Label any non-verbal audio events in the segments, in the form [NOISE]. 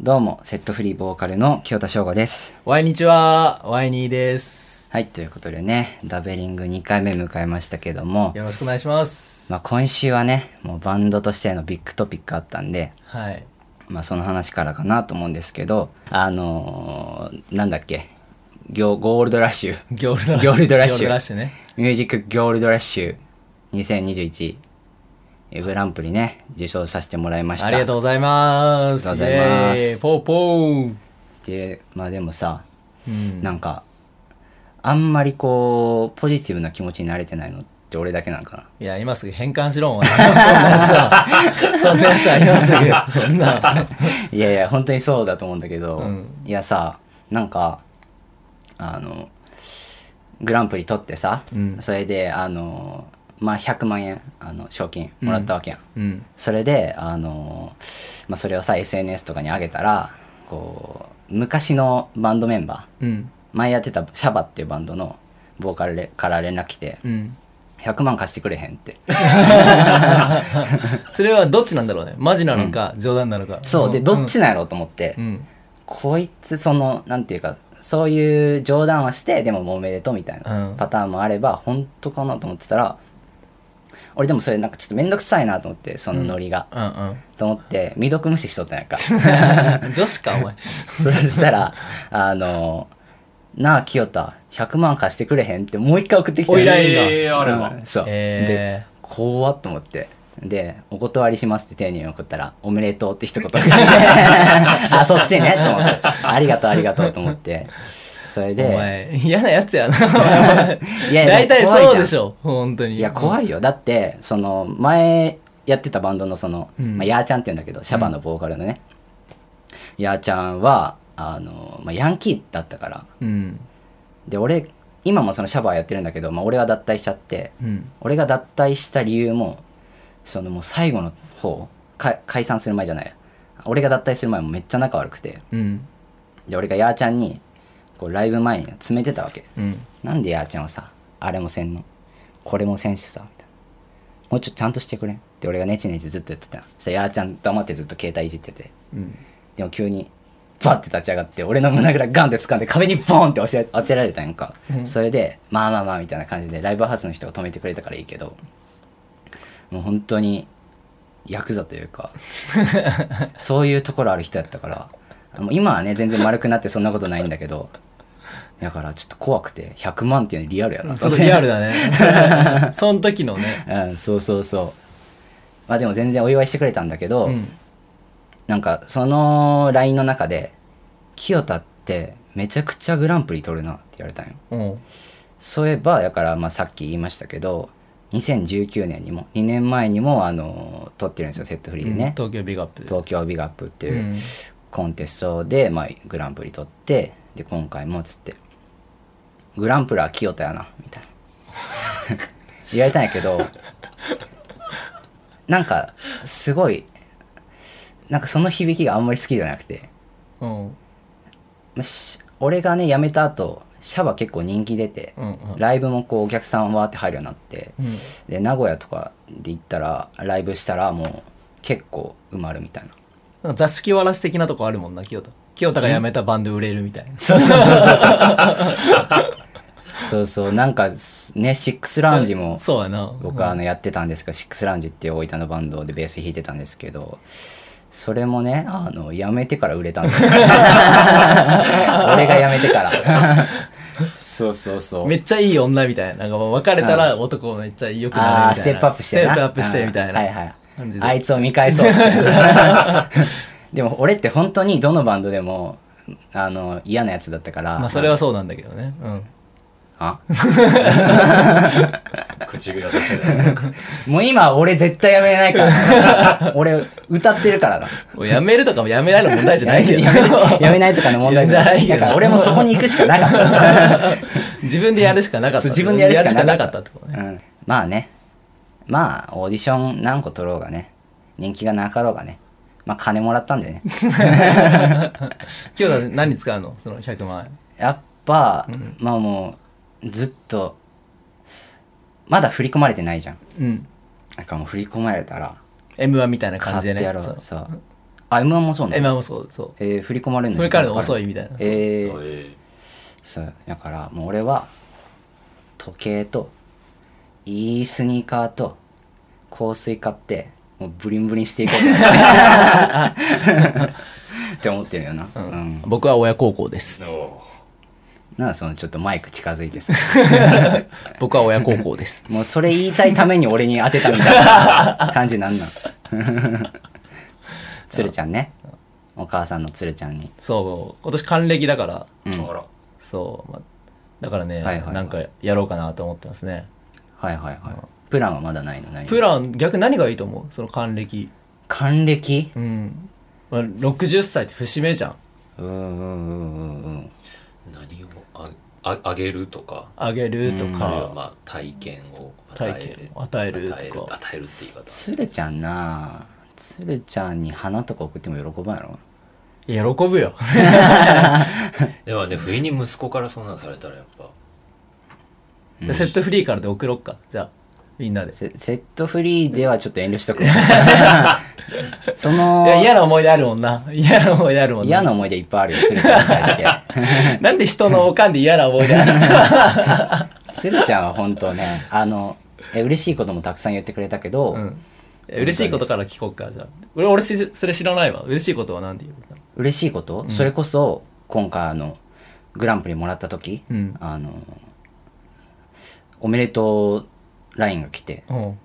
どうも、セットフリーボーカルの清田翔吾です。ワイニチはワイニーです。はい、ということでね、ダベリング2回目迎えましたけども、よろしくお願いします。まあ、今週はね、もうバンドとしてのビッグトピックあったんで、はい。まあ、その話からかなと思うんですけど、あのーなんだっけ、ギョゴールドラッシュ、ゴールドラッシュ。ゴールドラッシュゴーね。ミュージックゴールドラッシュ2021えグランプリね、受賞させてもらいました。ありがとうございます。ありがとうございますイエーイポーポー。で、まあでもさ、うんなんか、あんまりこう、ポジティブな気持ちになれてないのって俺だけなんかな。いや、今すぐ返還しろ、[LAUGHS] お前。そんなやつは。そんなやつは今 [LAUGHS] すぐ。そん [LAUGHS] な。いやいや本当にそうだと思うんだけど、うんいやさなんかあのグランプリ取ってさ、うんそれであのまあ100万円あの賞金もらったわけやん、うん。それであの、まあ、それをさ SNS とかに上げたらこう昔のバンドメンバーうん。前やってたシャバっていうバンドのボーカルれから連絡来てうん。 100万貸してくれへんっ [LAUGHS] てそれはどっちなんだろうね。マジなのか、冗談なのか。そうでんどっちなんやろうと思って、うん。こいつそのなんていうかそういう冗談をしてでももうおめでとうみたいなうんパターンもあれば、本当かなと思ってたら俺でもそれなんかちょっと面倒くさいなと思ってそのノリが、うんうん。と思って未読無視しとったん [LAUGHS] やんか [LAUGHS] 女子か、お前。そしたらあの「なあ清田100万貸してくれへん?」ってもう一回送ってきたお依頼がえー、あれは、うんそう、でえ怖っと思ってで「お断りします」って丁寧に送ったら「おめでとう」って一言送って [LAUGHS] [LAUGHS] あそっちねと思って「ありがとうありがとう」と思ってそれー、おで前、嫌なやつや [LAUGHS] な。いやいや大体怖いじゃんそうでしょ、本当に。いや怖いよだってその前やってたバンドのその、うんまあ、やーちゃんって言うんだけどシャバのボーカルのね、やーちゃんはあの、まあ、ヤンキーだったからうん。で俺今もそのシャバやってるんだけど、まあ、俺は脱退しちゃってうん。俺が脱退した理由もそのもう最後の方か解散する前じゃない俺が脱退する前もめっちゃ仲悪くてうん。で俺がやーちゃんにこうライブ前に詰めてたわけうん。なんでやーちゃんはさあれもせんのこれもせんしさみたいなもうちょっとちゃんとしてくれんって俺がネチネチずっと言ってたそしたらやーちゃん黙ってずっと携帯いじっててうん。でも急にバッて立ち上がって俺の胸ぐらガンって掴んで壁にボーンって押し当てられたんやんか、うんそれでまあまあまあみたいな感じでライブハウスの人が止めてくれたからいいけどもう本当にヤクザという [LAUGHS] かそういうところある人やったからもう今はね全然丸くなってそんなことないんだけどだからちょっと怖くて100万っていうのリアルやなちょっとリアル、ル [LAUGHS] だね。その時のね。うん、そうそうそうまあでも全然お祝いしてくれたんだけど、うん。なんかその LINE の中で「清田ってめちゃくちゃグランプリ取るな」って言われたんようん。そういえばだからまあさっき言いましたけど2019年にも2年前にもあの取ってるんですよセットフリーでね、東京ビッグアップで。東京ビガップってういうんコンテストで、まあ、グランプリ取ってで今回もつって「グランプラは清田やな」みたいな [LAUGHS] 言われたんやけどなんかすごいなんかその響きがあんまり好きじゃなくてうん。まあし俺がね辞めた後シャバ結構人気出て、うん。うんライブもこうお客さんわーって入るようになってうん。で名古屋とかで行ったらライブしたらもう結構埋まるみたいななんか座敷わらし的なとこあるもんな、清田。清田が辞めたバンド売れるみたいな。そうそうそうそうそうそうそうなんかすねシックスラウンジもそうやな。僕はあのやってたんですが、シックスラウンジっていう大分のバンドでベース弾いてたんですけどそれもねあの辞めてから売れたんです俺が辞めてからそうそうそうめっちゃいい女みたいな。なんかもう別れたら男めっちゃ良くなるみたああーステいな。ップアップしてステなップアップしてみたういな。んはいはい感じであいつを見返そうっつ [LAUGHS] ってでも俺って本当にどのバンドでもあの嫌なやつだったからまあそれはそうなんだけどね。うん。あ口が出せない。もう今俺絶対やめない [LAUGHS] から俺歌ってるからなもう辞めるとかも辞めないの問題じゃないけど。やめ [LAUGHS] やめないとかの問題じゃいやなじゃないいけだどから俺もそこに行くしかなかった [LAUGHS] 自分でやるしかなかった。そう自分でやるしかなかったやるしかなかったってことね。うん、まあねまあオーディション何個取ろうがね人気がなかろうがねまあ金もらったんでね今日は何に使うのその100万円。やっぱ、まあもうずっとまだ振り込まれてないじゃんうん。なんかもう振り込まれたら M1 みたいな感買っじてでね。やろうそうそうあ m 1もそうねえまあそうそえー振り込まれうる振のり時返間るのかか遅るいみたいな、えーえそうだからもう俺は時計といいスニーカーと香水買ってもうブリンブリンしていこうかなって思ってるよな、ううんん僕は親孝行ですー、おなんかそのちょっとマイク近づいてさ僕は親孝行ですもうそれ言いたいために俺に当てたみたいな感じなんなん鶴ちゃんねお母さんの鶴ちゃんに、 [LAUGHS] そう今年還暦だからうん、ーはいあらそう、まあ、だからね、はいはいはいなんかやろうかなと思ってますねはいはいプランはまだないの何もプラン逆に何がいいと思うその還暦還暦うん、まあ、60歳って節目じゃんうんうんうんうんうん何をあああげるとかあげるとあるいはか、まあ体験を与体える験を与える与えとるか与えるって言い方鶴ちゃんな鶴ちゃんに花とか送っても喜ばんやろいや喜ぶよでもね不意に息子からそんなんされたらやっぱ [LAUGHS] セットフリーからで送ろっかじゃあみんなでいセセットフリーではちょっと遠慮しとく [LAUGHS] そのや嫌な思い出あるもんな嫌な思い出あるもんな嫌な思い出いっぱいあるよ鶴ちゃんに対してなんで人のおかんで嫌な思い出ある鶴ちゃんは本当ねあのえ嬉しいこともたくさん言ってくれたけど、うん嬉しいことから聞こうかじゃあ俺俺しそれ知らないわ嬉しいことは何て言うの嬉しいこと、それこそ今回あのグランプリもらった時、うんあのおめでとう LINE が来てうん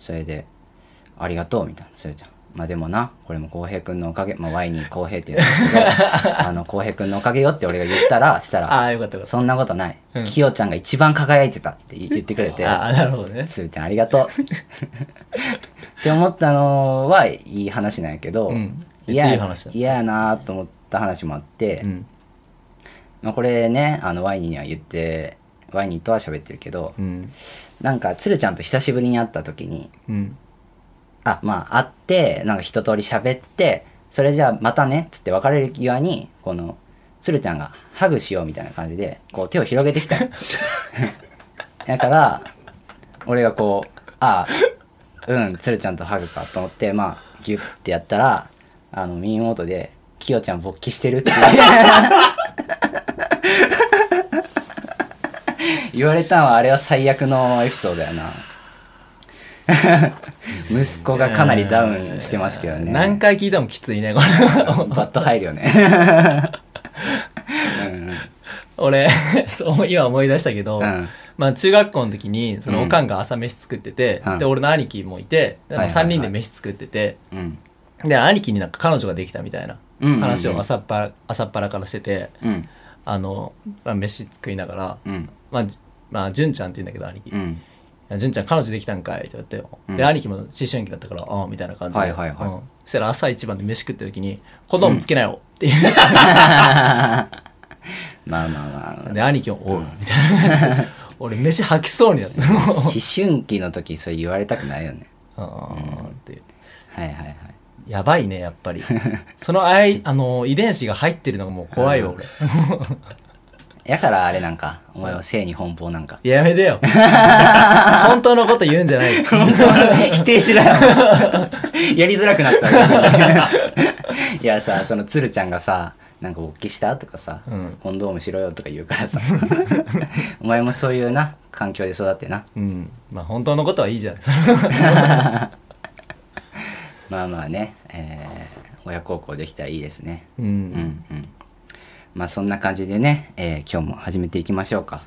それで「ありがとう」みたいなそれじゃんまあでもなこれも浩平君のおかげまあ Y に浩平って言うんです [LAUGHS] けどあの浩平君のおかげよって俺が言ったらしたあらあよかったよ「かっそんなことない、うんきよちゃんが一番輝いてた」って言ってくれてたああなるほどね「つーちゃんありがとう」って思ったのはいい話なんやけど、うんいやいい話だ嫌やなと思った話もあって、うんまあ、これねあのワイニーには言ってワイニーとは喋ってるけどうんなんか鶴ちゃんと久しぶりに会った時にうんあまあ会ってなんか一通り喋ってそれじゃあまたねっつって別れる際にこの鶴ちゃんがハグしようみたいな感じでこう手を広げてきたのだから俺がこうああうん鶴ちゃんとハグかと思ってまあギュッてやったらあの耳元で「きよちゃん勃起してる」って [LAUGHS] 言われたのはあれは最悪のエピソードやな息子がかなりダウンしてますけどね何回聞いてもきついねこれ [LAUGHS] バット入るよね俺そう今思い出したけど、うんまあ、中学校の時にそのうんおかんが朝飯作ってて、うんで俺の兄貴もいて、ではいはいはい3人で飯作っててうんで兄貴になんか彼女ができたみたいなうんうんうん話を朝っぱら,、朝っぱらからしててうんあの、まあ、飯食いながら、うんまあじまあ、純ちゃんって言うんだけど兄貴ういんや「純ちゃん彼女できたんかい」って言って、うんで兄貴も思春期だったから「ああ」みたいな感じで、はいはいはいうんそしたら朝一番で飯食ってる時に「子供つけなよ」って言う、まあまあまあで兄貴も「おう」みた [LAUGHS] いな俺飯吐きそうになってもう思春期の時それ言われたくないよねあーっていうはいはいはいやばいねやっぱり [LAUGHS] そのあいあの遺伝子が入ってるのがもう怖いよ俺やからあれなんかお前は性に奔放なんかやめて [LAUGHS] よ本当のこと言うんじゃないよ否定しなよやりづらくなったわいやさその鶴ちゃんがさなんか勃起したとかさ、うんコンドームしろよとか言うからさお前もそういうな環境で育ってなうんまあ本当のことはいいじゃない [LAUGHS] まあまあね、えー親孝行できたらいいですねううんんうんまあそんな感じでね、えー今日も始めていきましょうか。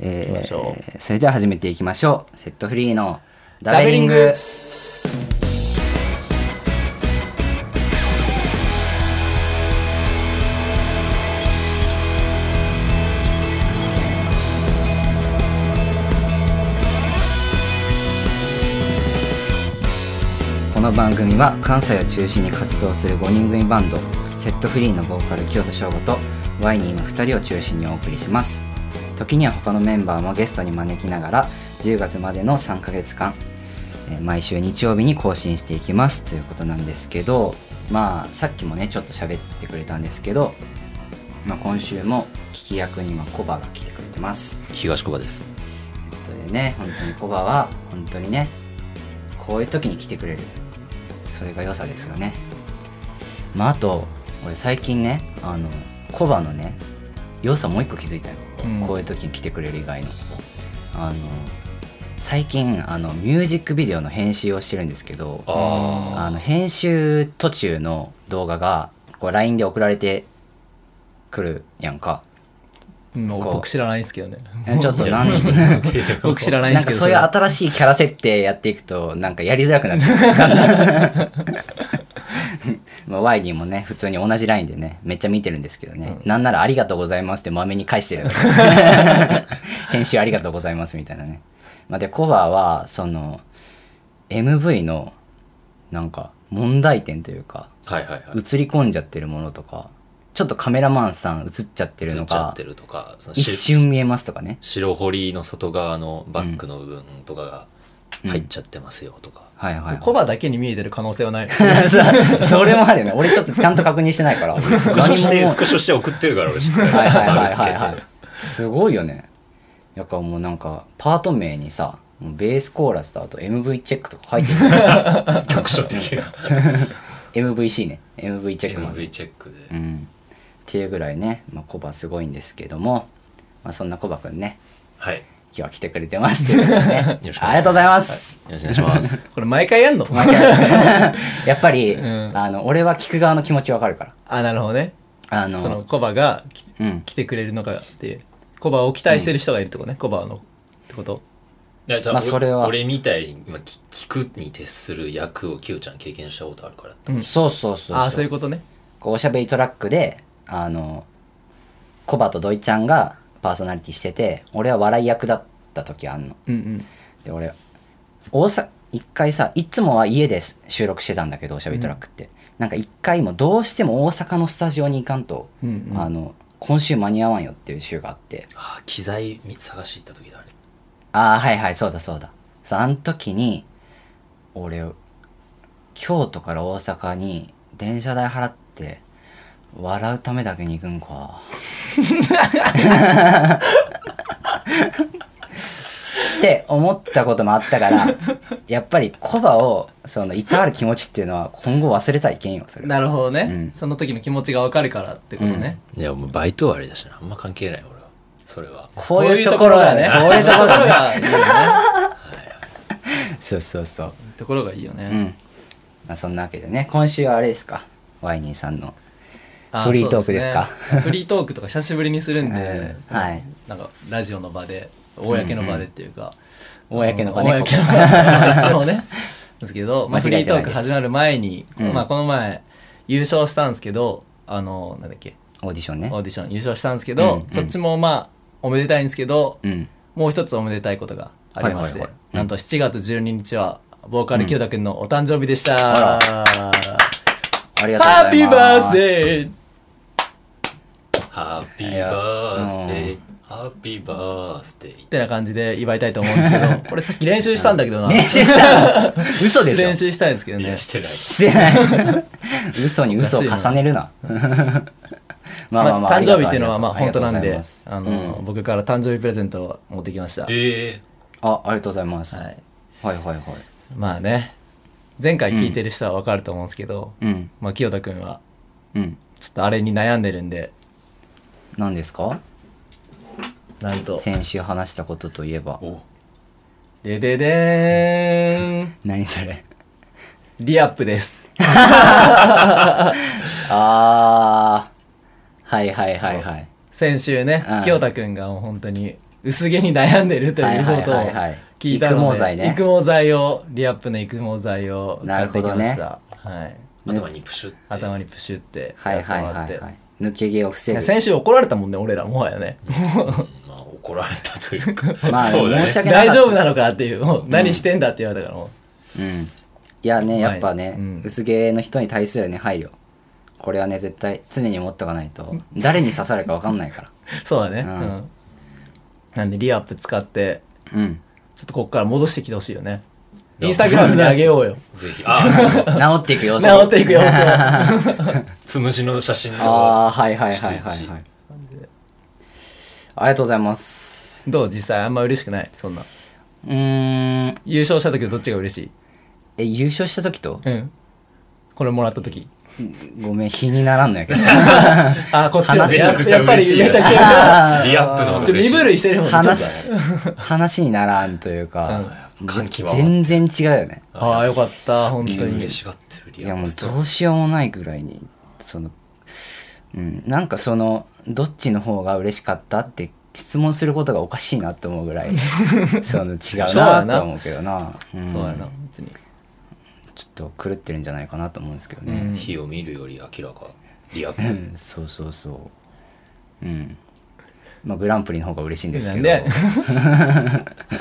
えーきましょそれでは始めていきましょう。セットフリーのダダベベリンリング。グこの番組は関西を中心に活動する5人組バンドセットフリーのボーカル清田翔吾とワイニーの2人を中心にお送りします時には他のメンバーもゲストに招きながら10月までの3ヶ月間えー毎週日曜日に更新していきますということなんですけどまあさっきもねちょっと喋ってくれたんですけど、まあ、今週も聞き役にはコバが来てくれてます東小葉ですということでね本当にコバは本当にねこういう時に来てくれるそれが良さですよねまあ、あと俺最近ねあのコバのね良さもう一個気づいたよ、うんこういう時に来てくれる以外のあの最近あのミュージックビデオの編集をしてるんですけどああの編集途中の動画がこう LINE で送られてくるやんかうんもうこう僕知らないんですけどねちょっと何 [LAUGHS] 僕知らないんなんですかけどそういうれ新しいキャラ設定やっていくとなんかやりづらくなっちゃうまあ Y にもね普通に同じラインでねめっちゃ見てるんですけどね、なんなら「ありがとうございます」ってまめに返してる編集ありがとうございますみたいなね、まあ、でコバはその MV のなんか問題点というかーはいはいはい映り込んじゃってるものとかちょっとカメラマンさん映っちゃってる映のっちゃがってるとかその一瞬見えますとかね白堀の外側のバックの部分とかが入っちゃってますよとか、はいはい、はい、コバだけに見えてる可能性はな [LAUGHS] いそうそれもあるよね俺ちょっとちゃんと確認してない [LAUGHS] からスクショして何もスクショして送ってるから俺しっかりはいはいはい丸つけはてい、はい、すごいよねやっぱもうなんかパート名にさもうベースコーラスとあと MV チェックとか入って [LAUGHS] 局所的なる MVC ね MV チェックまで、 MV チェックで、うん、っていうぐらいね、まあ、コバすごいんですけども、まあ、そんなコバくんねはい今日は来てくれてますということでねあよろりしくお願がいしますとうございます、よろしくお願いしますこれ毎回やんのやっぱり、うんあの俺は聞く側の気持ちわかるから [LAUGHS] あなるほどねあのそのコバがきうん来てくれるのかっていうコバを期待してる人がいるってことね、コバのってこといやじゃあ、まあそれは俺みたいに、まあ、き聞くに徹する役をキヨちゃん経験したことあるからってうんそうそうそうああそういうことねこうおしゃべりトラックであのコバとドイちゃんがパーソナリティしてて俺は笑い役だった時あんのうんうんで俺大阪一回さいつもは家で収録してたんだけどおしゃべりトラックって、なんか一回もどうしても大阪のスタジオに行かんと、うんうんあの今週間に合わんよっていう週があってああ機材見探し行った時だあれああはいはいそうだそうださあの時に俺京都から大阪に電車代払って笑うためだけに行くんかって思ったこともあったからやっぱりコバをそのいたわる気持ちっていうのは今後忘れたらいけんよそれはなるほどね、うんその時の気持ちが分かるからってことね、いやもうバイトはあれだしなあんま関係ない俺はそれはこういうところだねこういうところだねがいいよね [LAUGHS] そうそうそうところがいいよね、 [LAUGHS] うんまあそんなわけでね今週はあれですかワイニーさんのあフリートークですかそうねフリートークとか久しぶりにするんで、うん [LAUGHS] はいなんかラジオの場で公の場でっていうか、公の場うねんここ公の場で一応 [LAUGHS] ねですけど、ま間あ、フ違リえーてトないーですク始まる前に、うんまあ、この前優勝したんですけどあのなんだっけオーディションねオーディション優勝したんですけど、うんうんそっちもまあおめでたいんですけど、うんもう一つおめでたいことがありまして、はいはいはいうんなんと7月12日はボーカル清田君のお誕生日でした、あありがとうございますハッピーバースデーハッピーバースデーハッピーバースデーってな感じで祝いたいと思うんですけど [LAUGHS] これさっき練習したんだけどな練習したの嘘でしょ練習したんですけどいねやしてないしてない [LAUGHS] 嘘に嘘を重ねるなままあ誕生日っていうのはまああり本がと当うなんありがとうございでますあの僕から誕生日プレゼントを持ってきましたはええあありがとうございますはいいはいはいまあね前回聞いてる人は分かると思うんですけどうんまあ清田君はうんちょっとあれに悩んでるんで何ですかなんと先週話したことといえばおでででーん何それリアップですあーはいはいはいはい先週ねうん清田君がもう本当に薄毛に悩んでるということをはいはいはいはい聞いたので育毛剤ね育毛剤をリアップの育毛剤をな買るっほてきどまねした、はい頭にプシュって頭にプシュってはいはいやっはていもはらっい抜け毛を防ぐて先週怒られたもんね俺らもはやねまあ怒られたというかまあそうだね申し訳なかっ大た丈夫なのかっていうもう何してんだって言われたからもうん、いやねやっぱね、はいうん薄毛の人に対するね配慮これはね絶対常に持っとかないと誰に刺さるか分かんないかうそうだね、ううんんなんでリアップ使ってらうんちょっとここから戻してきてほしいよねインスタグラムにあ [LAUGHS] げようよぜひあ [LAUGHS] 治っていく様治子っていく様子をつむじの写真をああーはいはいはいはいはいありがとうございますどう実際あんま嬉しくないそんなうーん優勝した時とどっちが嬉しいえ優勝した時とうんこれもらった時ごめん比にならんのやけどあ、こっちはめちゃくちゃ嬉しいやっぱりめやつちゃくちゃ。 [LAUGHS] リアップの方がちょっと身嬉しい震いしてるもんね話ちすょっとね話にならんというか、うん歓喜は全然違うよねああ、よかった、本当に嬉。しがってるいリアやッもプうどうしようもないぐらいにそのうんなんかそのどっちの方が嬉しかったって質問することがおかしいなって思うぐら [LAUGHS] いその違うそうやななと思うけどなうんそうやな、別に。ちょっと狂ってるんじゃないかなと思うんですけどうねん火を見るより明らかリアッうプん [LAUGHS] そうそうそううんまあグランプリの方が嬉しいんですなけんどで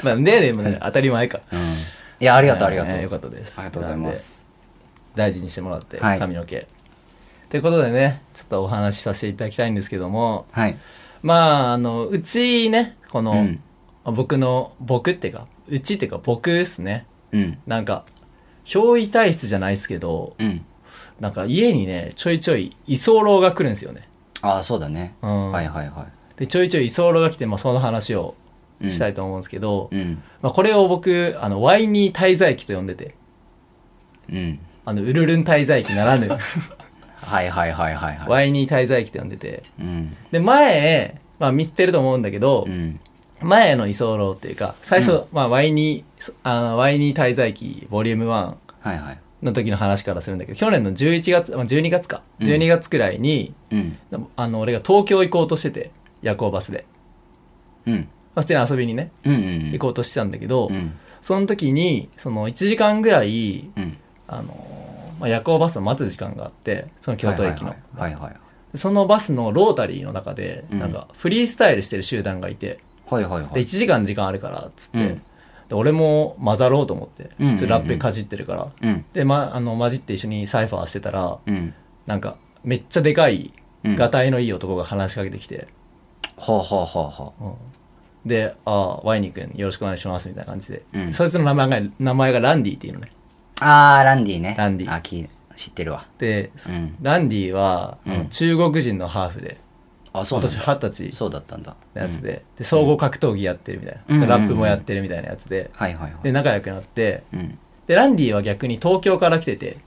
まあ、ねでもね、当たり前か。うんいやありがとうありがとうえーよかあったです。りがとうございます大事にしてもらって、はい髪の毛。ということでね、ちょっとお話しさせていただきたいんですけども、はいまあ、あの、うちね、こうの、ん僕の、僕っていうか、うちっていうか僕ですね、うんなんか、憑依体質じゃないですけど、うんなんか家にね、ちょいちょい居候が来るんですよね。ああそうだねうんはいはいはで、ちょいちょい居候が来て、まあ、その話をいうんしたいと思うんですけど、うんまあ、これを僕、あの、ワイニー滞在期と呼んでて、うんあの、ウルルン滞在期 [LAUGHS] ならぬ、はいはいはいはいはい。ワイニー滞在期と呼んでて、うん。で、前、まあ、見てると思うんだけどう、ん。前の居候っていうか、最初、まあ、ワイニーそ、あの、ワイニー滞在期、ボリューム1、はいはい。の時の話からするんだけど去年の11月、まあ、12月かうん12月くらいに、うん。あの俺が東京行こうとしてて夜行バスで、うん。まあ、普通に遊びにねうん。行こうとしてたんだけど、うん。うん。その時にその1時間ぐらい、うん。あのーまあ、夜行バスを待つ時間があってその京都駅の、はいはいはい。そのバスのロータリーの中で、うんなんかフリースタイルしてる集団がいてはいはいはで1い。時間時間あるからっつって、うんで俺も混ざろうと思って、うんうんうんちょっとラッペかじってるから、うん。で、ま、あの混じって一緒にサイファーしてたらうん。なんかめっちゃでかいうん。がはたいのいい男が話しかけてきて、あはあはあはあ。で「ああワイニー君よろしくお願いします」みたいな感じで、うんそいつの名前が名前がランディっていうのねあー、ランディね。ランディあ、き知ってるわ。で、うん。ランディは、あのうん中国人のハーフであ、そうな今ん年だ。二十歳そうだったんだ。のやつうん。で,、で総合格闘技やってるみたいな、うんでラップもやってるみたいなやつで、はいはいはでい。仲良くなってうん。でランディは逆に東京から来てて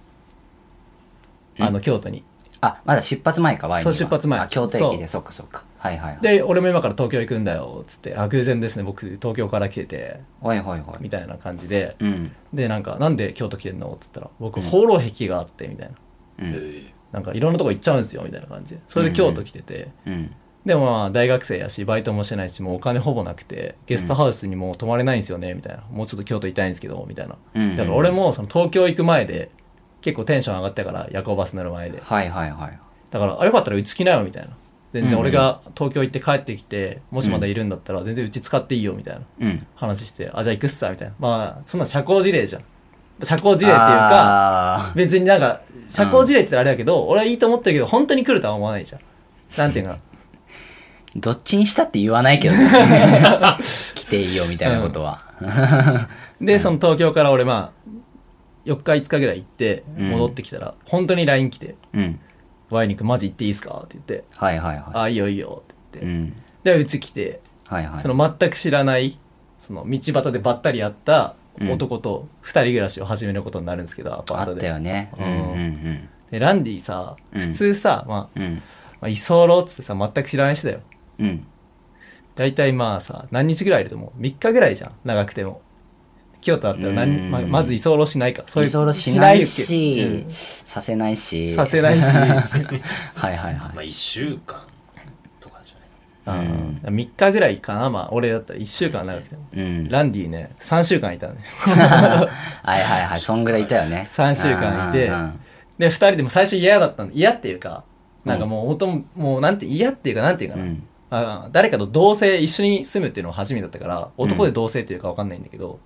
あの京都に、あ、まだ出発前か、ワインはそう出発前あ、京都駅で、そっかそっか。はいはいはい。で俺も今から東京行くんだよっつって「あ偶然ですね僕東京から来ててはいはいは」い。みたいな感じでうん。でなんか「なんで京都来てんの?」っつったら「僕放浪癖があって」みたいうなえん。ー「なんかいろんなとこ行っちゃうんですよ」みたいな感じでそれで京都来てて、うん。でもまあ大学生やしバイトもしてないしもうお金ほぼなくてゲストハウスにもう泊まれないんですよねみたいなもうちょっと京都いたいんですけどみたいなうん。だから俺。もその東京行く前で結構テンション上がったから夜行バス乗る前ではいはいはい。だからあよかったらうち来なよみたいなう全んう然ん俺が東京行って帰ってきてもしまだいるんだったら全然うち使っていいよみたいなうん。話してあじゃあ行くっすさみたいなまあそんな社交辞令じゃん社交事辞令っていうかか、別になんか社交辞令ってあれだけど、俺はいいと思ってるけど本当に来るとは思わないじゃんなんていうかどっちにしたって言わないけど [LAUGHS] ね来ていいよみたいなことは、でその東京から俺まあ4日5日ぐらい行ってうん戻ってきたら、本当に LINE 来てうん「ワイニクマジ行っていいっすか?」って言ってはいはい「はあいいよいいよ」ってい、う言っん、て、でうち来て、はいはいその全く知らないその道端でばったり会ったうん男と2人暮らしを始めることになるんですけどアパあートったでよねううんんうんでランディさうん普通さ、まうあんうんまあ居候っつってさ全く知らない人だようん大体まあさ何日ぐらいいると思う3日ぐらいじゃん長くても京都だったら何うんままず居候しないかそうういうろしないししないうんさせないしさ [LAUGHS] せないし、はいはいはい、まあ1週間とかじゃないうん、3日ぐらいかなまあ俺だったら1週間長くてもうん、はいランディね3週間いたのね [LAUGHS] はいはいそんぐらいいたよね三週間いてうんうんで2人でも最初嫌だったの嫌っていうかなんかもう音ももうなんて嫌っていうかなんていうかな、うんあー誰かと同棲一緒に住むっていうのは初めてだったからん男で同棲っていうか分かんないんだけど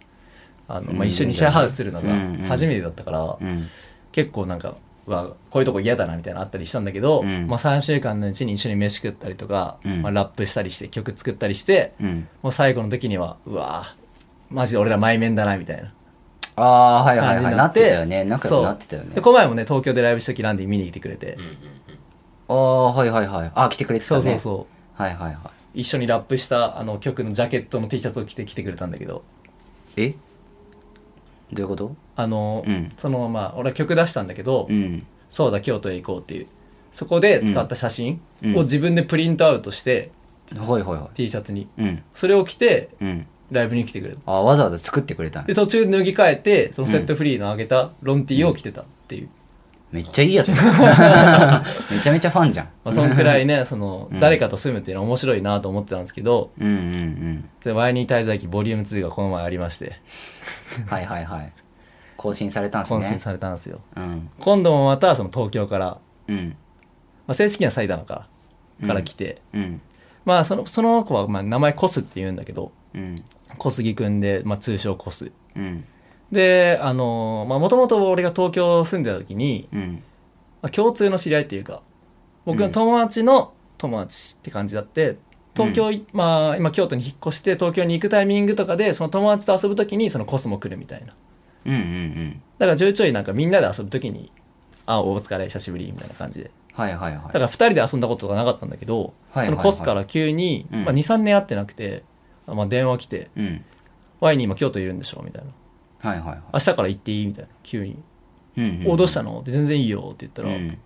あの、まうあ、ん一緒にシェアハウスするのがうんうん初めてだったから、うん結構なんかはこういうとこ嫌だなみたいなのあったりしたんだけど、うんまあ、3週間のうちに一緒に飯食ったりとか、うんまあ、ラップしたりして曲作ったりしてうんもう最後の時にはうわーマジで俺ら前面だなみたいなああはいはい感じはにいななっっててたよね仲良そくうなってたよねでこの前もね東京でライブした時ランディ見に来てくれて、うんうんうんああはいはいはいあ来てくれてたそねうそうそうはいはいはい一緒にラップしたあの曲のジャケットの T シャツを着て来てくれたんだけどえどういうことあの、うんそのまあ俺は曲出したんだけど、うんそうだ京都へ行こうっていうそこで使った写真を自分でプリントアウトして、ほいほいほ T シャツにいうんそれを着てうんライブに来てくれたあわざわざ作ってくれたんでや途中脱ぎ替えてそのセットフリーのあげたロンティーを着てたっていう、めっちゃいいやつだ [LAUGHS] めちゃめちゃファンじゃんまあ、そのくら [LAUGHS] いねそのうん誰かと住むっていうのは面白いなと思ってたんですけどうんうんでワイニー滞在記ボリューム2がこの前ありましてうんはいはいはい更新されたんすね渾身されたんですようん今度もまたその東京から、まうんあ、正式には埼玉かうらんから来て、うんまあそのその子はまあ名前コスって言うんだけどうん小杉くんで、まあ、通称コスうんであのもともと俺が東京住んでた時に、うんまあ、共通の知り合いっていうか僕の友達の友達って感じだって東京い、まあ今京都に引っ越して東京に行くタイミングとかでその友達と遊ぶ時にそのコスも来るみたいなだかうんうんうんらちょいちょいなんかみんなで遊ぶ時に「あお疲れ久しぶり」みたいな感じではいはいはだいから2人で遊んだことがなかったんだけど、はいはいはいそのコスから急に、うんまあ、23年会ってなくて、まあ、電話来てうん「ワイに今京都いるんでしょ」みたいなはいはいはい「明日から行っていい?」みたいな急にうん「うんおどうしたの?」って「全然いいよ」って言ったうら、ん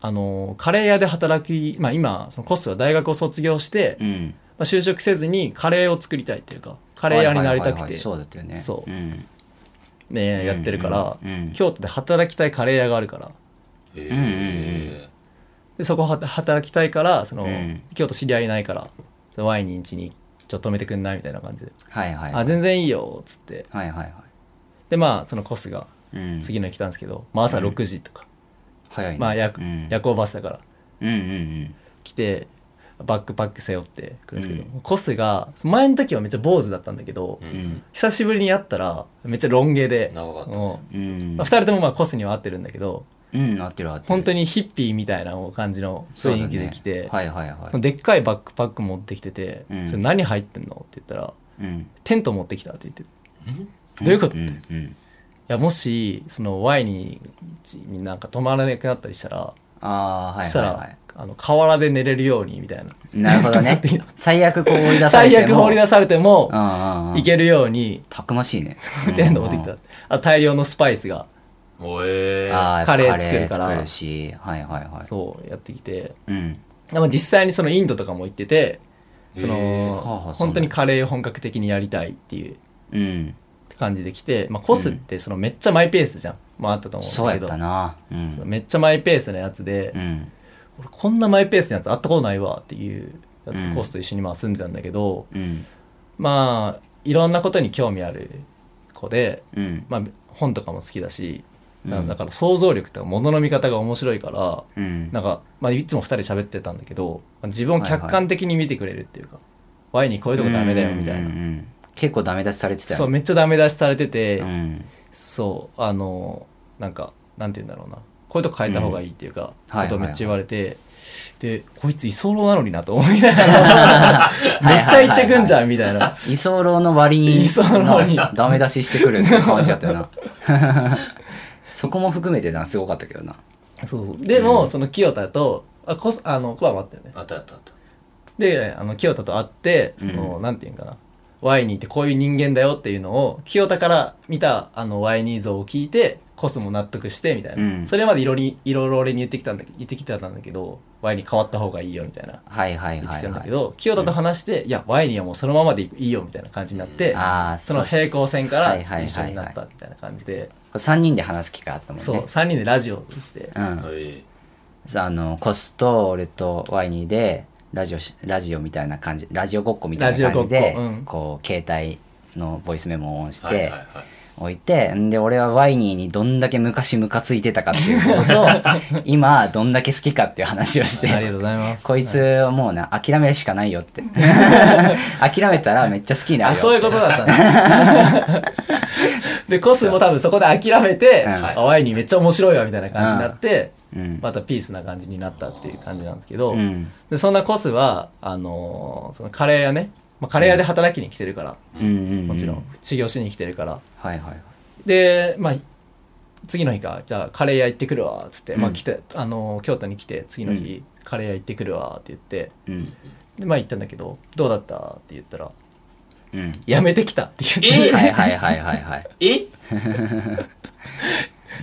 あのカレー屋で働き、まあ、今そのコスは大学を卒業して、うまんあ、就職せずにカレーを作りたいっていうかカレー屋になりたはくいはいはいはていそうだったよねそううんねやってるから、うんうん京都で働きたいカレー屋があるからえでそこは働きたいからその、うん京都知り合いいないからそのワインに家にちょっと止めてくんないみたいな感じではいはい「あ全然いいよ」っつってはいはいはでまあそのコスがいうん次の日来たんですけど、まあ、朝6時とか、早いねまあ夜,、うん夜行バスだからうんうんうん来てバックパック背負ってくるんですけど、コスが前の時はめっちゃ坊主だったんだけど、ううんん久しぶりに会ったらめっちゃロン毛で、長かったもうんうまあ、2人ともまあコスには合ってるんだけどうん合ってる合ってる本当にヒッピーみたいな感じのそうだ雰ね囲気で来て、はいはいはでっかいバックパック持ってきてて「うんそれ何入ってんの?」って言ったらいうん「テント持ってきた」って言って「どういうこと?」ういんうんやもしその Y にになんか泊まらなくなったりしたら、ああはいそしはたいら、はいあの河原で寝れるようにみたいななるほどね最悪こう追い出され最ても悪放り出されてもうんうんうんいけるようにたくましいねテント持ってきたあ大量のスパイスがおえあーカレーやっぱ作るからカレー作るしはいはいはいそうやってきてうんでも実際にそのインドとかも行っててその、へーはあはあ本当にカレーを本格的にやりたいっていううん感じで来て、まあ、コスってそのめっちゃマイペースじゃん、まああったと思そううんだやけっどたなうそうんめっちゃマイペースなやつで、うん俺こんなマイペースなやつ会ったことないわっていうやつうとんコスと一緒にまあ住んでたんだけど、うんまあいろんなことに興味ある子で、うんまあ、本とかも好きだしだうんだから想像力とか物の見方が面白いから、うんなんか、まあ、いつも2人喋ってたんだけどまあ自分を客観的に見てくれるっていうか「Y にこういうとこダメだよ」みたいうんうんうな。ん結構ダメ出しされてたそうよねめっちゃダメ出しされてて、うんそうあのなんかなんて言うんだろうなこういうとこ変えた方がいいっていうか、うんはいことをめっちゃ言はわれて、でこいつ居候なのになと思い [LAUGHS] ながらめっちゃ言ってくんじゃんみたいな居候の割に居候になダメ出ししてくる [LAUGHS] って感じだったよな [LAUGHS] そこも含めてなすごかったけどなそうそうでも、うんその清田とあこあのコアもあったよねあったあったあったであの清田と会ってその、うなんて言うんかなワイニーってこういう人間だよっていうのを清田から見たあのワイニー像を聞いてコスも納得してみたいな、うんそれまでいろいろいろいろ俺に言ってきたんだ言ってきてたんだけどワイニー変わった方がいいよみたいなはいはい言っはてきいたんだはけいど、清田と話して、いやワイニーはもうそのままでいいよみたいな感じになって、あーその平行線からそうちょっと一緒になったみたいな感じで、 3人で話す機会あったもんねそう3人でラジオをしてうんおえあのコスと俺とワイニーでラジオしラジオみたいな感じラジオごっこみたいな感じラジオでごっこうんこう携帯のボイスメモをオンして、はいはいはい置いてんで俺はワイニーにどんだけ昔ムカついてたかっていう [LAUGHS] ことと今どんだけ好きかっていう話をしありがとてうございますこいつはもうな諦めるしかないよ [LAUGHS] って諦めたらめっちゃ好きになるよあそういううことだったんだ [LAUGHS] でコスも多分そこで諦めて、うんあワイニーめっちゃ面白いわみたいな感じになって、ん、またピースな感じになったっていう感じなんですけど、うんでそんなコスはあのーそのカレー屋ね、まあ、カレー屋で働きに来てるから、うんうんうんもちろん修行しに来てるからはいはいはいでまあ次の日かじゃあカレー屋行ってくるわっつって、まあうん来てあのー京都に来て次の日、カレー屋行ってくるわって言ってうんでまあ行ったんだけどどうだったって言ったらうんやめてきたって言ってはいはいはいはいはいえ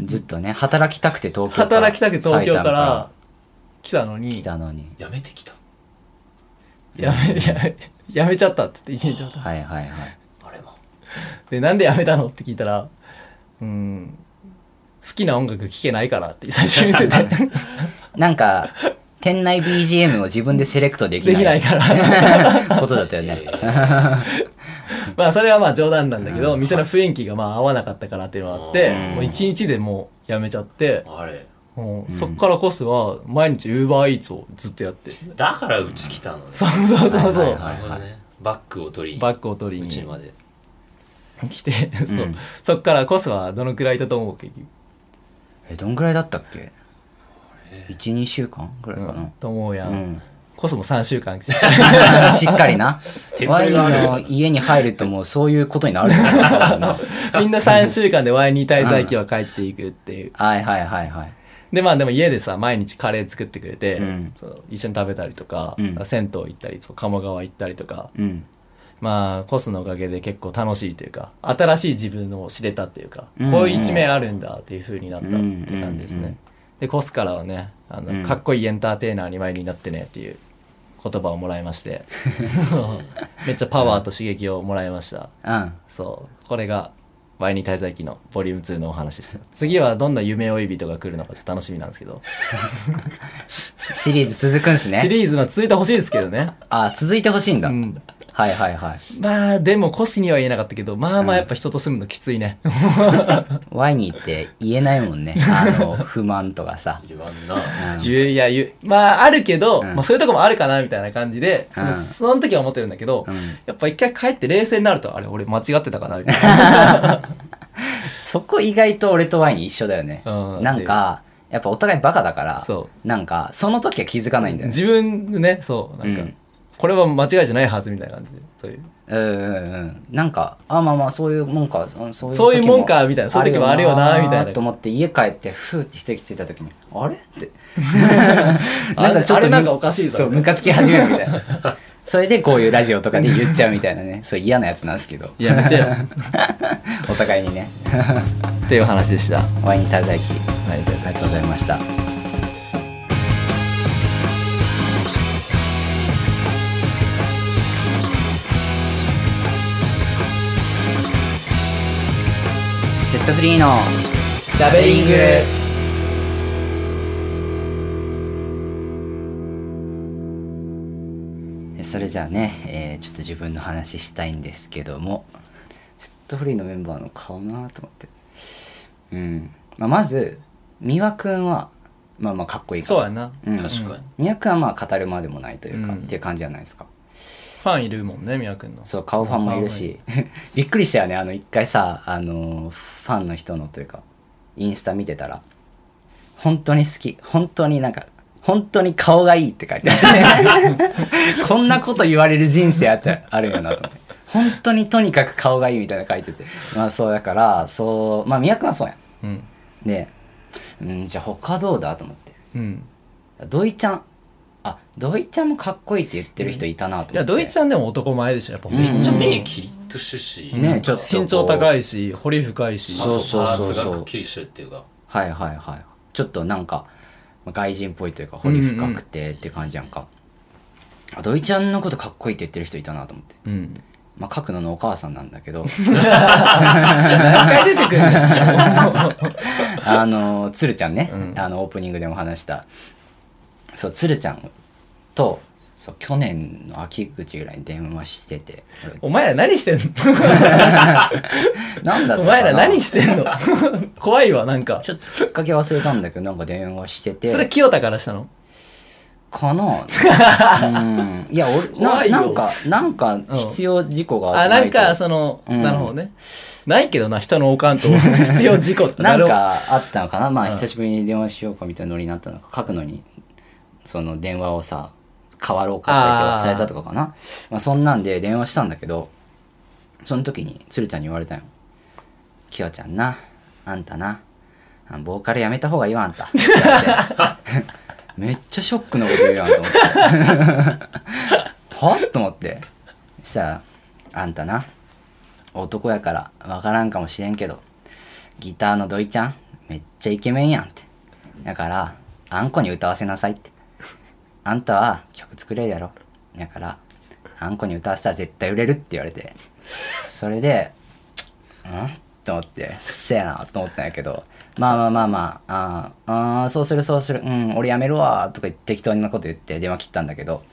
ずっとね働きたくて東京から働きたくて東京か埼玉ら来たのらに来たのにやめてきたやめやめ [LAUGHS] やめちゃったって言って一日たはいはいはいあれもでなんでやめたのって聞いたらうん好きな音楽聴けないからって最初に言っててなんか店内 BGM を自分でセレクトできできなないいからことだったよ [LAUGHS] ねえーまあそれはまあ冗談なんだけど、店の雰囲気がまあ合わなかったからっていうのがあって、うんもう一日でもうやめちゃって、あれもうそっからコスは毎日 Uber Eats をずっとやって、だからうち来たのねそうそうそうそう、はいはいなるほどねバッグを取りバにッグを取りうちにまで来て、そううんそっからコスはどのくらいいたと思う結局えどんぐらいだったっけ12週間ぐらいかうんな、と思うやん、うんコスも3週 [LAUGHS] 間しっかりなテンポワがあインるの家に入るともうそういうことになるよね [LAUGHS] みんな3週間でワインに滞在期は帰っていくっていう、はいはいはいはいでまあでも家でさ毎日カレー作ってくれて、うんそう一緒に食べたりとか、うん銭湯行ったりそう鴨川行ったりとかうんまあコスのおかげで結構楽しいというか新しい自分を知れたっていうか、うんこういう一面あるんだっていう風になったって感じですね、うんうんうんでコスからはねあの、うんかっこいいエンターテイナーに前になってねっていう言葉をもらいましてめっちゃパワーと刺激をもらいましたうんそうこれがワイニ滞在期のボリューム2のお話です次はどんな夢追い人が来るのかちょっと楽しみなんですけど、シリーズ続くんすシねリーズの続いてほしいですけどね、あ続いてほしいんうだ、ん、はいはいはいまあでもコスには言えなかったけどまあまあやっぱ人と住むのきついね、ワイニーって言えないもんねあ [LAUGHS] の不満とかさ言わんなうん言ういや言うまああるけど、うんまあ、そういうとこもあるかなみたいな感じでその,、うんその時は思ってるんだけど、うんやっぱ一回帰って冷静になるとあれ俺間違ってたかなみたいな [LAUGHS] そこ意外と俺とワイニー一緒だよね、うんなんかやっぱお互いバカだからそなんかその時は気づかないんだよね自分でねそうなんか、うんこれは間違いじゃないはずみたいな感じでそういううんうんうんなんかあまあまあそういうもんかそそういう時そういうもんかみたいなそういう時もあるよなみたいなと思って家帰ってふーって一息ついた時にあれって [LAUGHS] あれあれなんかおかしいぞそうムカつき始めるみたいな [LAUGHS] それでこういうラジオとかで言っちゃうみたいなねそう嫌なやつなんですけどやめてよ [LAUGHS] お互いにねっていう話でしたあワイン滞在期りがとうございますありがとうございましたセットフリーのダベリングえそれじゃあね、えーちょっと自分の話したいんですけどもセットフリーのメンバーの顔なと思ってうん、まあ、まず三輪くんはまあまあかっこいいからそうやなうん、確かに三輪くんはまあ語るまでもないというか、うんっていう感じじゃないですかファンいるもんねみやくんのそう顔ファンもいるし [LAUGHS] びっくりしたよねあの一回さあのファンの人のというかインスタ見てたら本当に好き本当になんか本当に顔がいいって書いてあって [LAUGHS] こんなこと言われる人生あってあるよなと思って本当にとにかく顔がいいみたいなの書いててまあそうだからそうまあ宮君はそうやうんんで、うん、じゃあ他どうだと思ってうん土井ちゃんあ土井ちゃんもかっこいいって言ってる人いたなと思っていやドイちゃんでも男前でしょやっぱめめっちゃ目きキリッとしてるしねちょっとこう身長高いし彫り深いしまあそうそうパーそうツそうがくっきりしてるっていうかはいはいはいちょっとなんかまあ外人っぽいというか彫り深くてって感じやんか、あ土井ちゃんのことかっこいいって言ってる人いたなと思ってうん [LAUGHS] まあ書くののお母さんなんだけど何回出てくるんだよあのつるちゃんね、うんあのオープニングでも話したそうつるちゃんとそう去年の秋口ぐらいに電話しててお前ら何してん [LAUGHS] 俺なんだったかなのお前ら何し [LAUGHS] てんの怖いわなんかちょっときっかけ忘れたんだけどなんか電話しててそれ清田からしたのかなうんいや俺怖ないよなんかなんか必要事項があなないんとかそのうんなるほどねないけどな人のおかんと [LAUGHS] 必要事故ってなんるほどかあったのかなまあうん久しぶりに電話しようかみたいなノリになったのか書くのにその電話をさ変わろうかされてされたとかかなまあ、そんなんで電話したんだけどその時に鶴ちゃんに言われたよ「きよちゃんなあんたなあボーカルやめた方がいいわあんた」って言われてめっちゃショックなこと言うやんと思ってはと思ってしたら「あんたな男やから分からんかもしれんけどギターの土井ちゃんめっちゃイケメンやんってだからあんこに歌わせなさいってあんたは曲作れるやろだからあんこに歌わせたら絶対売れるって言われてそれでうんと思ってせやなと思ったんやけどまあまあまあまああーあーそうするそうするうん俺やめるわとか言って適当なこと言って電話切ったんだけど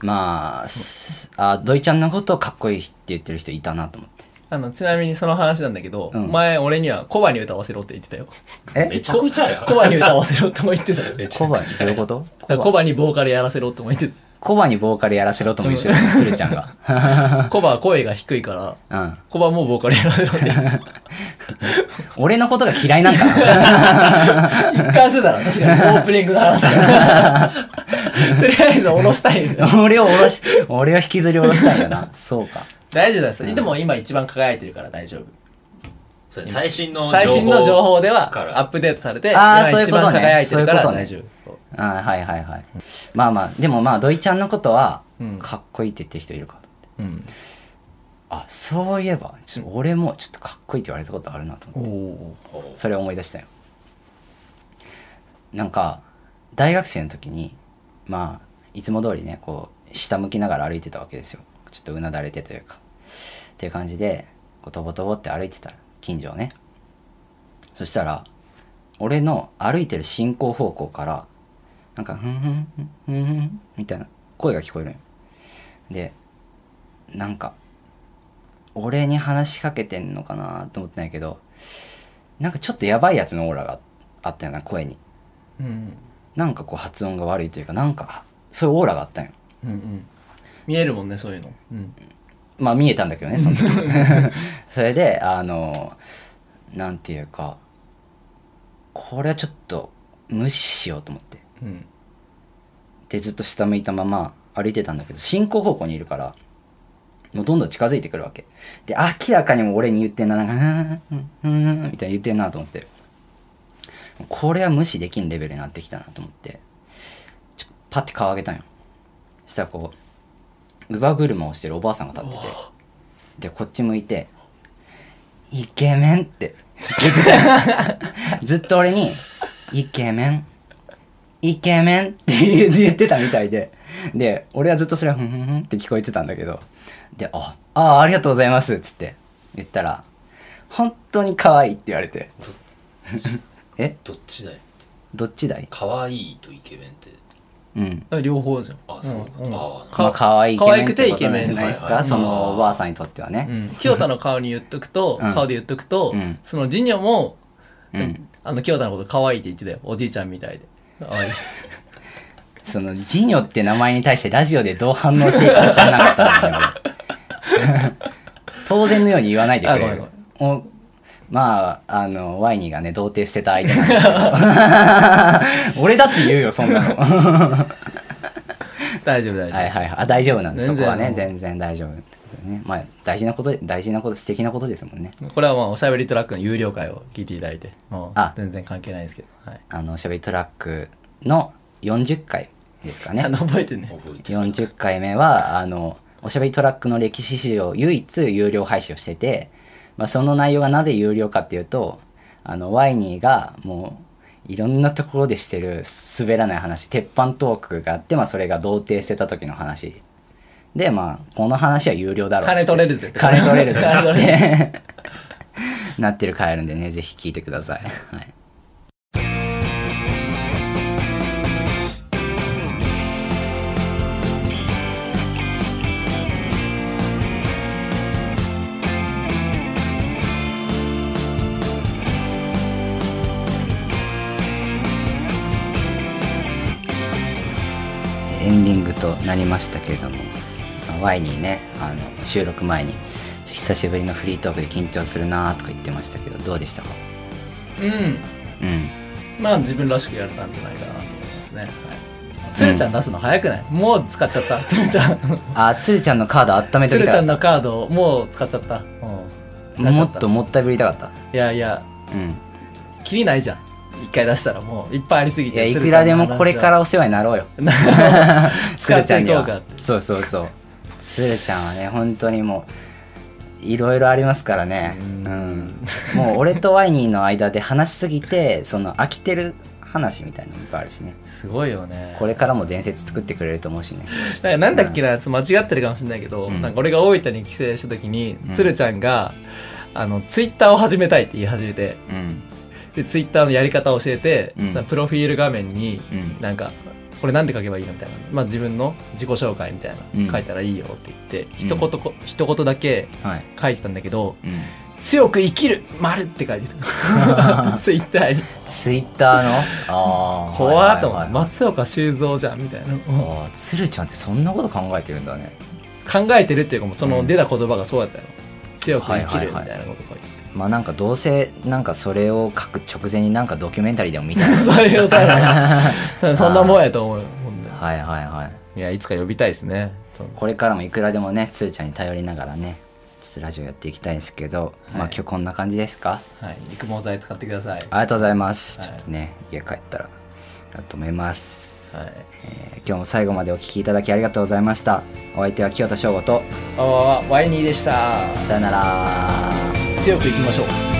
まあすあ土井ちゃんのことをかっこいいって言ってる人いたなと思ってあのちなみにその話なんだけど、うん前俺にはコバに歌わせろって言ってたよえめちゃくちゃやコバに歌わせろとも言ってたよめちコゃバくにちどゃういやうことだからコバにボーカルやらせろとも言って [LAUGHS] コバにボーカルやらせろとも言ってるスルちゃんがたコバは声が低いからうんコバもボーカルやらせろって言ってた俺のことが嫌いなんかな一貫してたら確かにオープニングの話 [LAUGHS] からとりあえず下ろしたいんだ [LAUGHS] よ俺を下ろし俺を引きずり下ろしたいよなそうか大丈夫ですでも今一番輝いてるから大丈夫それ最新の最新の情報ではからアップデートされてあー今そういう一こ番とね輝いてるからそういうことね大丈夫そうあはいはいはいまあまあでもまあ土井ちゃんのことはうんかっこいいって言ってる人いるか、うんあそういえばちょ俺もちょっとかっこいいって言われたことあるなと思っておおそれを思い出したよなんか大学生の時にまあいつも通りねこう下向きながら歩いてたわけですよちょっとうなだれてというかっていう感じでこうとぼとぼって歩いてたら近所をねそしたら俺の歩いてる進行方向からなんか「ふんふんふんふんふん」みたいな声が聞こえるんよでなんか俺に話しかけてんのかなと思ってないけどなんかちょっとやばいやつのオーラがあったような声にうんなんかこう発音が悪いというかなんかそういうオーラがあったんようんうん見えるもんねそういうのうんまあ見えたんだけどねその時 [LAUGHS] それであのなんていうかこれはちょっと無視しようと思ってうんでずっと下向いたまま歩いてたんだけど進行方向にいるからもうどんどん近づいてくるわけで明らかにもう俺に言ってんななんか「うーんうーん」みたいに言ってんなと思ってこれは無視できんレベルになってきたなと思ってちょパッて顔上げたんよそしたらこう乳母車をしてるおばあさんが立っててでこっち向いて「イケメン」って [LAUGHS] 言ってたよずっと俺に「イケメン」イケメンって言う言ってたみたいでで俺はずっとそれはふんふんふんって聞こえてたんだけどで「ああありがとうございます」っつって言ったら「本当に可愛いって言われてど「えどっちだよどっちだい?可愛いとイケメンって」うん両方じゃんあそういうことんんあーまあ可愛いイケメ可ン愛っくてこてイとケなメんンじゃないですはいはいはかいそのおばあさんにとってはねうん清田の顔に言っとくと、うん顔で言っとくと、うんそのジュニョも、うんあの清田のこと可愛いって言ってたよおじいちゃんみたいで可愛いそのジニョって名前に対してラジオでどう反応していいか分からなかったんだけど [LAUGHS] 当然のように言わないでくれあるごめんおまああのワイニーがね童貞捨てた相手なんですけど [LAUGHS] 俺だって言うよそんなのはい [LAUGHS] 大丈夫大丈夫、はいはいあ大丈夫なんですそ全こ然はねもう全然大丈夫ってことでねまあ大事なことで大事なこと素敵なことですもんねこれはまあおしゃべりトラックの有料会を聞いていただいてもうあ全然関係ないですけど、はいあのおしゃべりトラックの40回ですかちねゃんと覚えてね覚えてる40回目はあのおしゃべりトラックの歴史史上唯一有料配信をしてて、まあ、その内容がなぜ有料かっていうとあのワイニーがもういろんなところでしてる滑らない話鉄板トークがあって、まあ、それが童貞捨てた時の話でまあこの話は有料だろうっつって金取れるぜって金取れるぜっつっ [LAUGHS] 金取て [LAUGHS] なってる回あるんでねぜひ聞いてください、はいエンディングとなりましたけれども、まあワイにねあの収録前に「ちょ久しぶりのフリートークで緊張するな」とか言ってましたけどどうでしたかうんうんまあ自分らしくやれたんじゃないかなと思いますね、はい、つるちゃん出すの早くない、もう使っちゃったつる [LAUGHS] ちゃんあつるちゃんのカード温めてつおきるたちゃかんっのカードをもう使っちゃった、うんた出しちもゃっともったいぶりたかったいやいやうんきりないじゃん一回出したらもういっぱいありすぎいやていつくるちゃらんでの話はもこれからお世話になろうよつ使るっちゃてんにいこうはかそうそうそうつるちゃんはね本当にもういろいろありますからね、うん、もう俺とワイニーの間で話しすぎてその飽きてる話みたいなのもいっぱいあるしねすごいよねこれからも伝説作ってくれると思うしねなんかなんだっけな、ちょっと間違ってるかもしれないけど、うんなんか俺が大分に帰省した時に、うんつるちゃんがあのツイッターを始めたいって言い始めてうんでツイッターのやり方を教えて、うんなんかプロフィール画面にうんなんかこれなんて書けばいいのみたいな、まあ、自分の自己紹介みたいな、うん書いたらいいよって言って一言こ、一言だけはい、書いてたんだけどうん、 「強く生きる丸って書いて [LAUGHS] たツイッターにツイッターのあ [LAUGHS] あ怖っと思はっいてはいはい松岡修造じゃんみたいなうんあー鶴ちゃんってそんなこと考えてるんだね考えてるっていうかもうそうのん出た言葉がそうだったよ強く生きるみはたいいはいなこと書いてまあなんかどうせなんかそれを書く直前になんかドキュメンタリーでも見ちゃ [LAUGHS] うそういうことだね多 [LAUGHS] 分そんなもんやと思うよほんではいはいはいいやいつか呼びたいですねそのこれからもいくらでもねつーちゃんに頼りながらねちょっとラジオやっていきたいんですけど、まあはい今日こんな感じですかはい育毛剤使ってくださあいりがとうございます、はいちょっとね家帰ったらだと思います、はいえー今日も最後までお聞きいただきありがとうございましたお相手は清田翔吾とあワイニーでしたさよなら強く生きましょう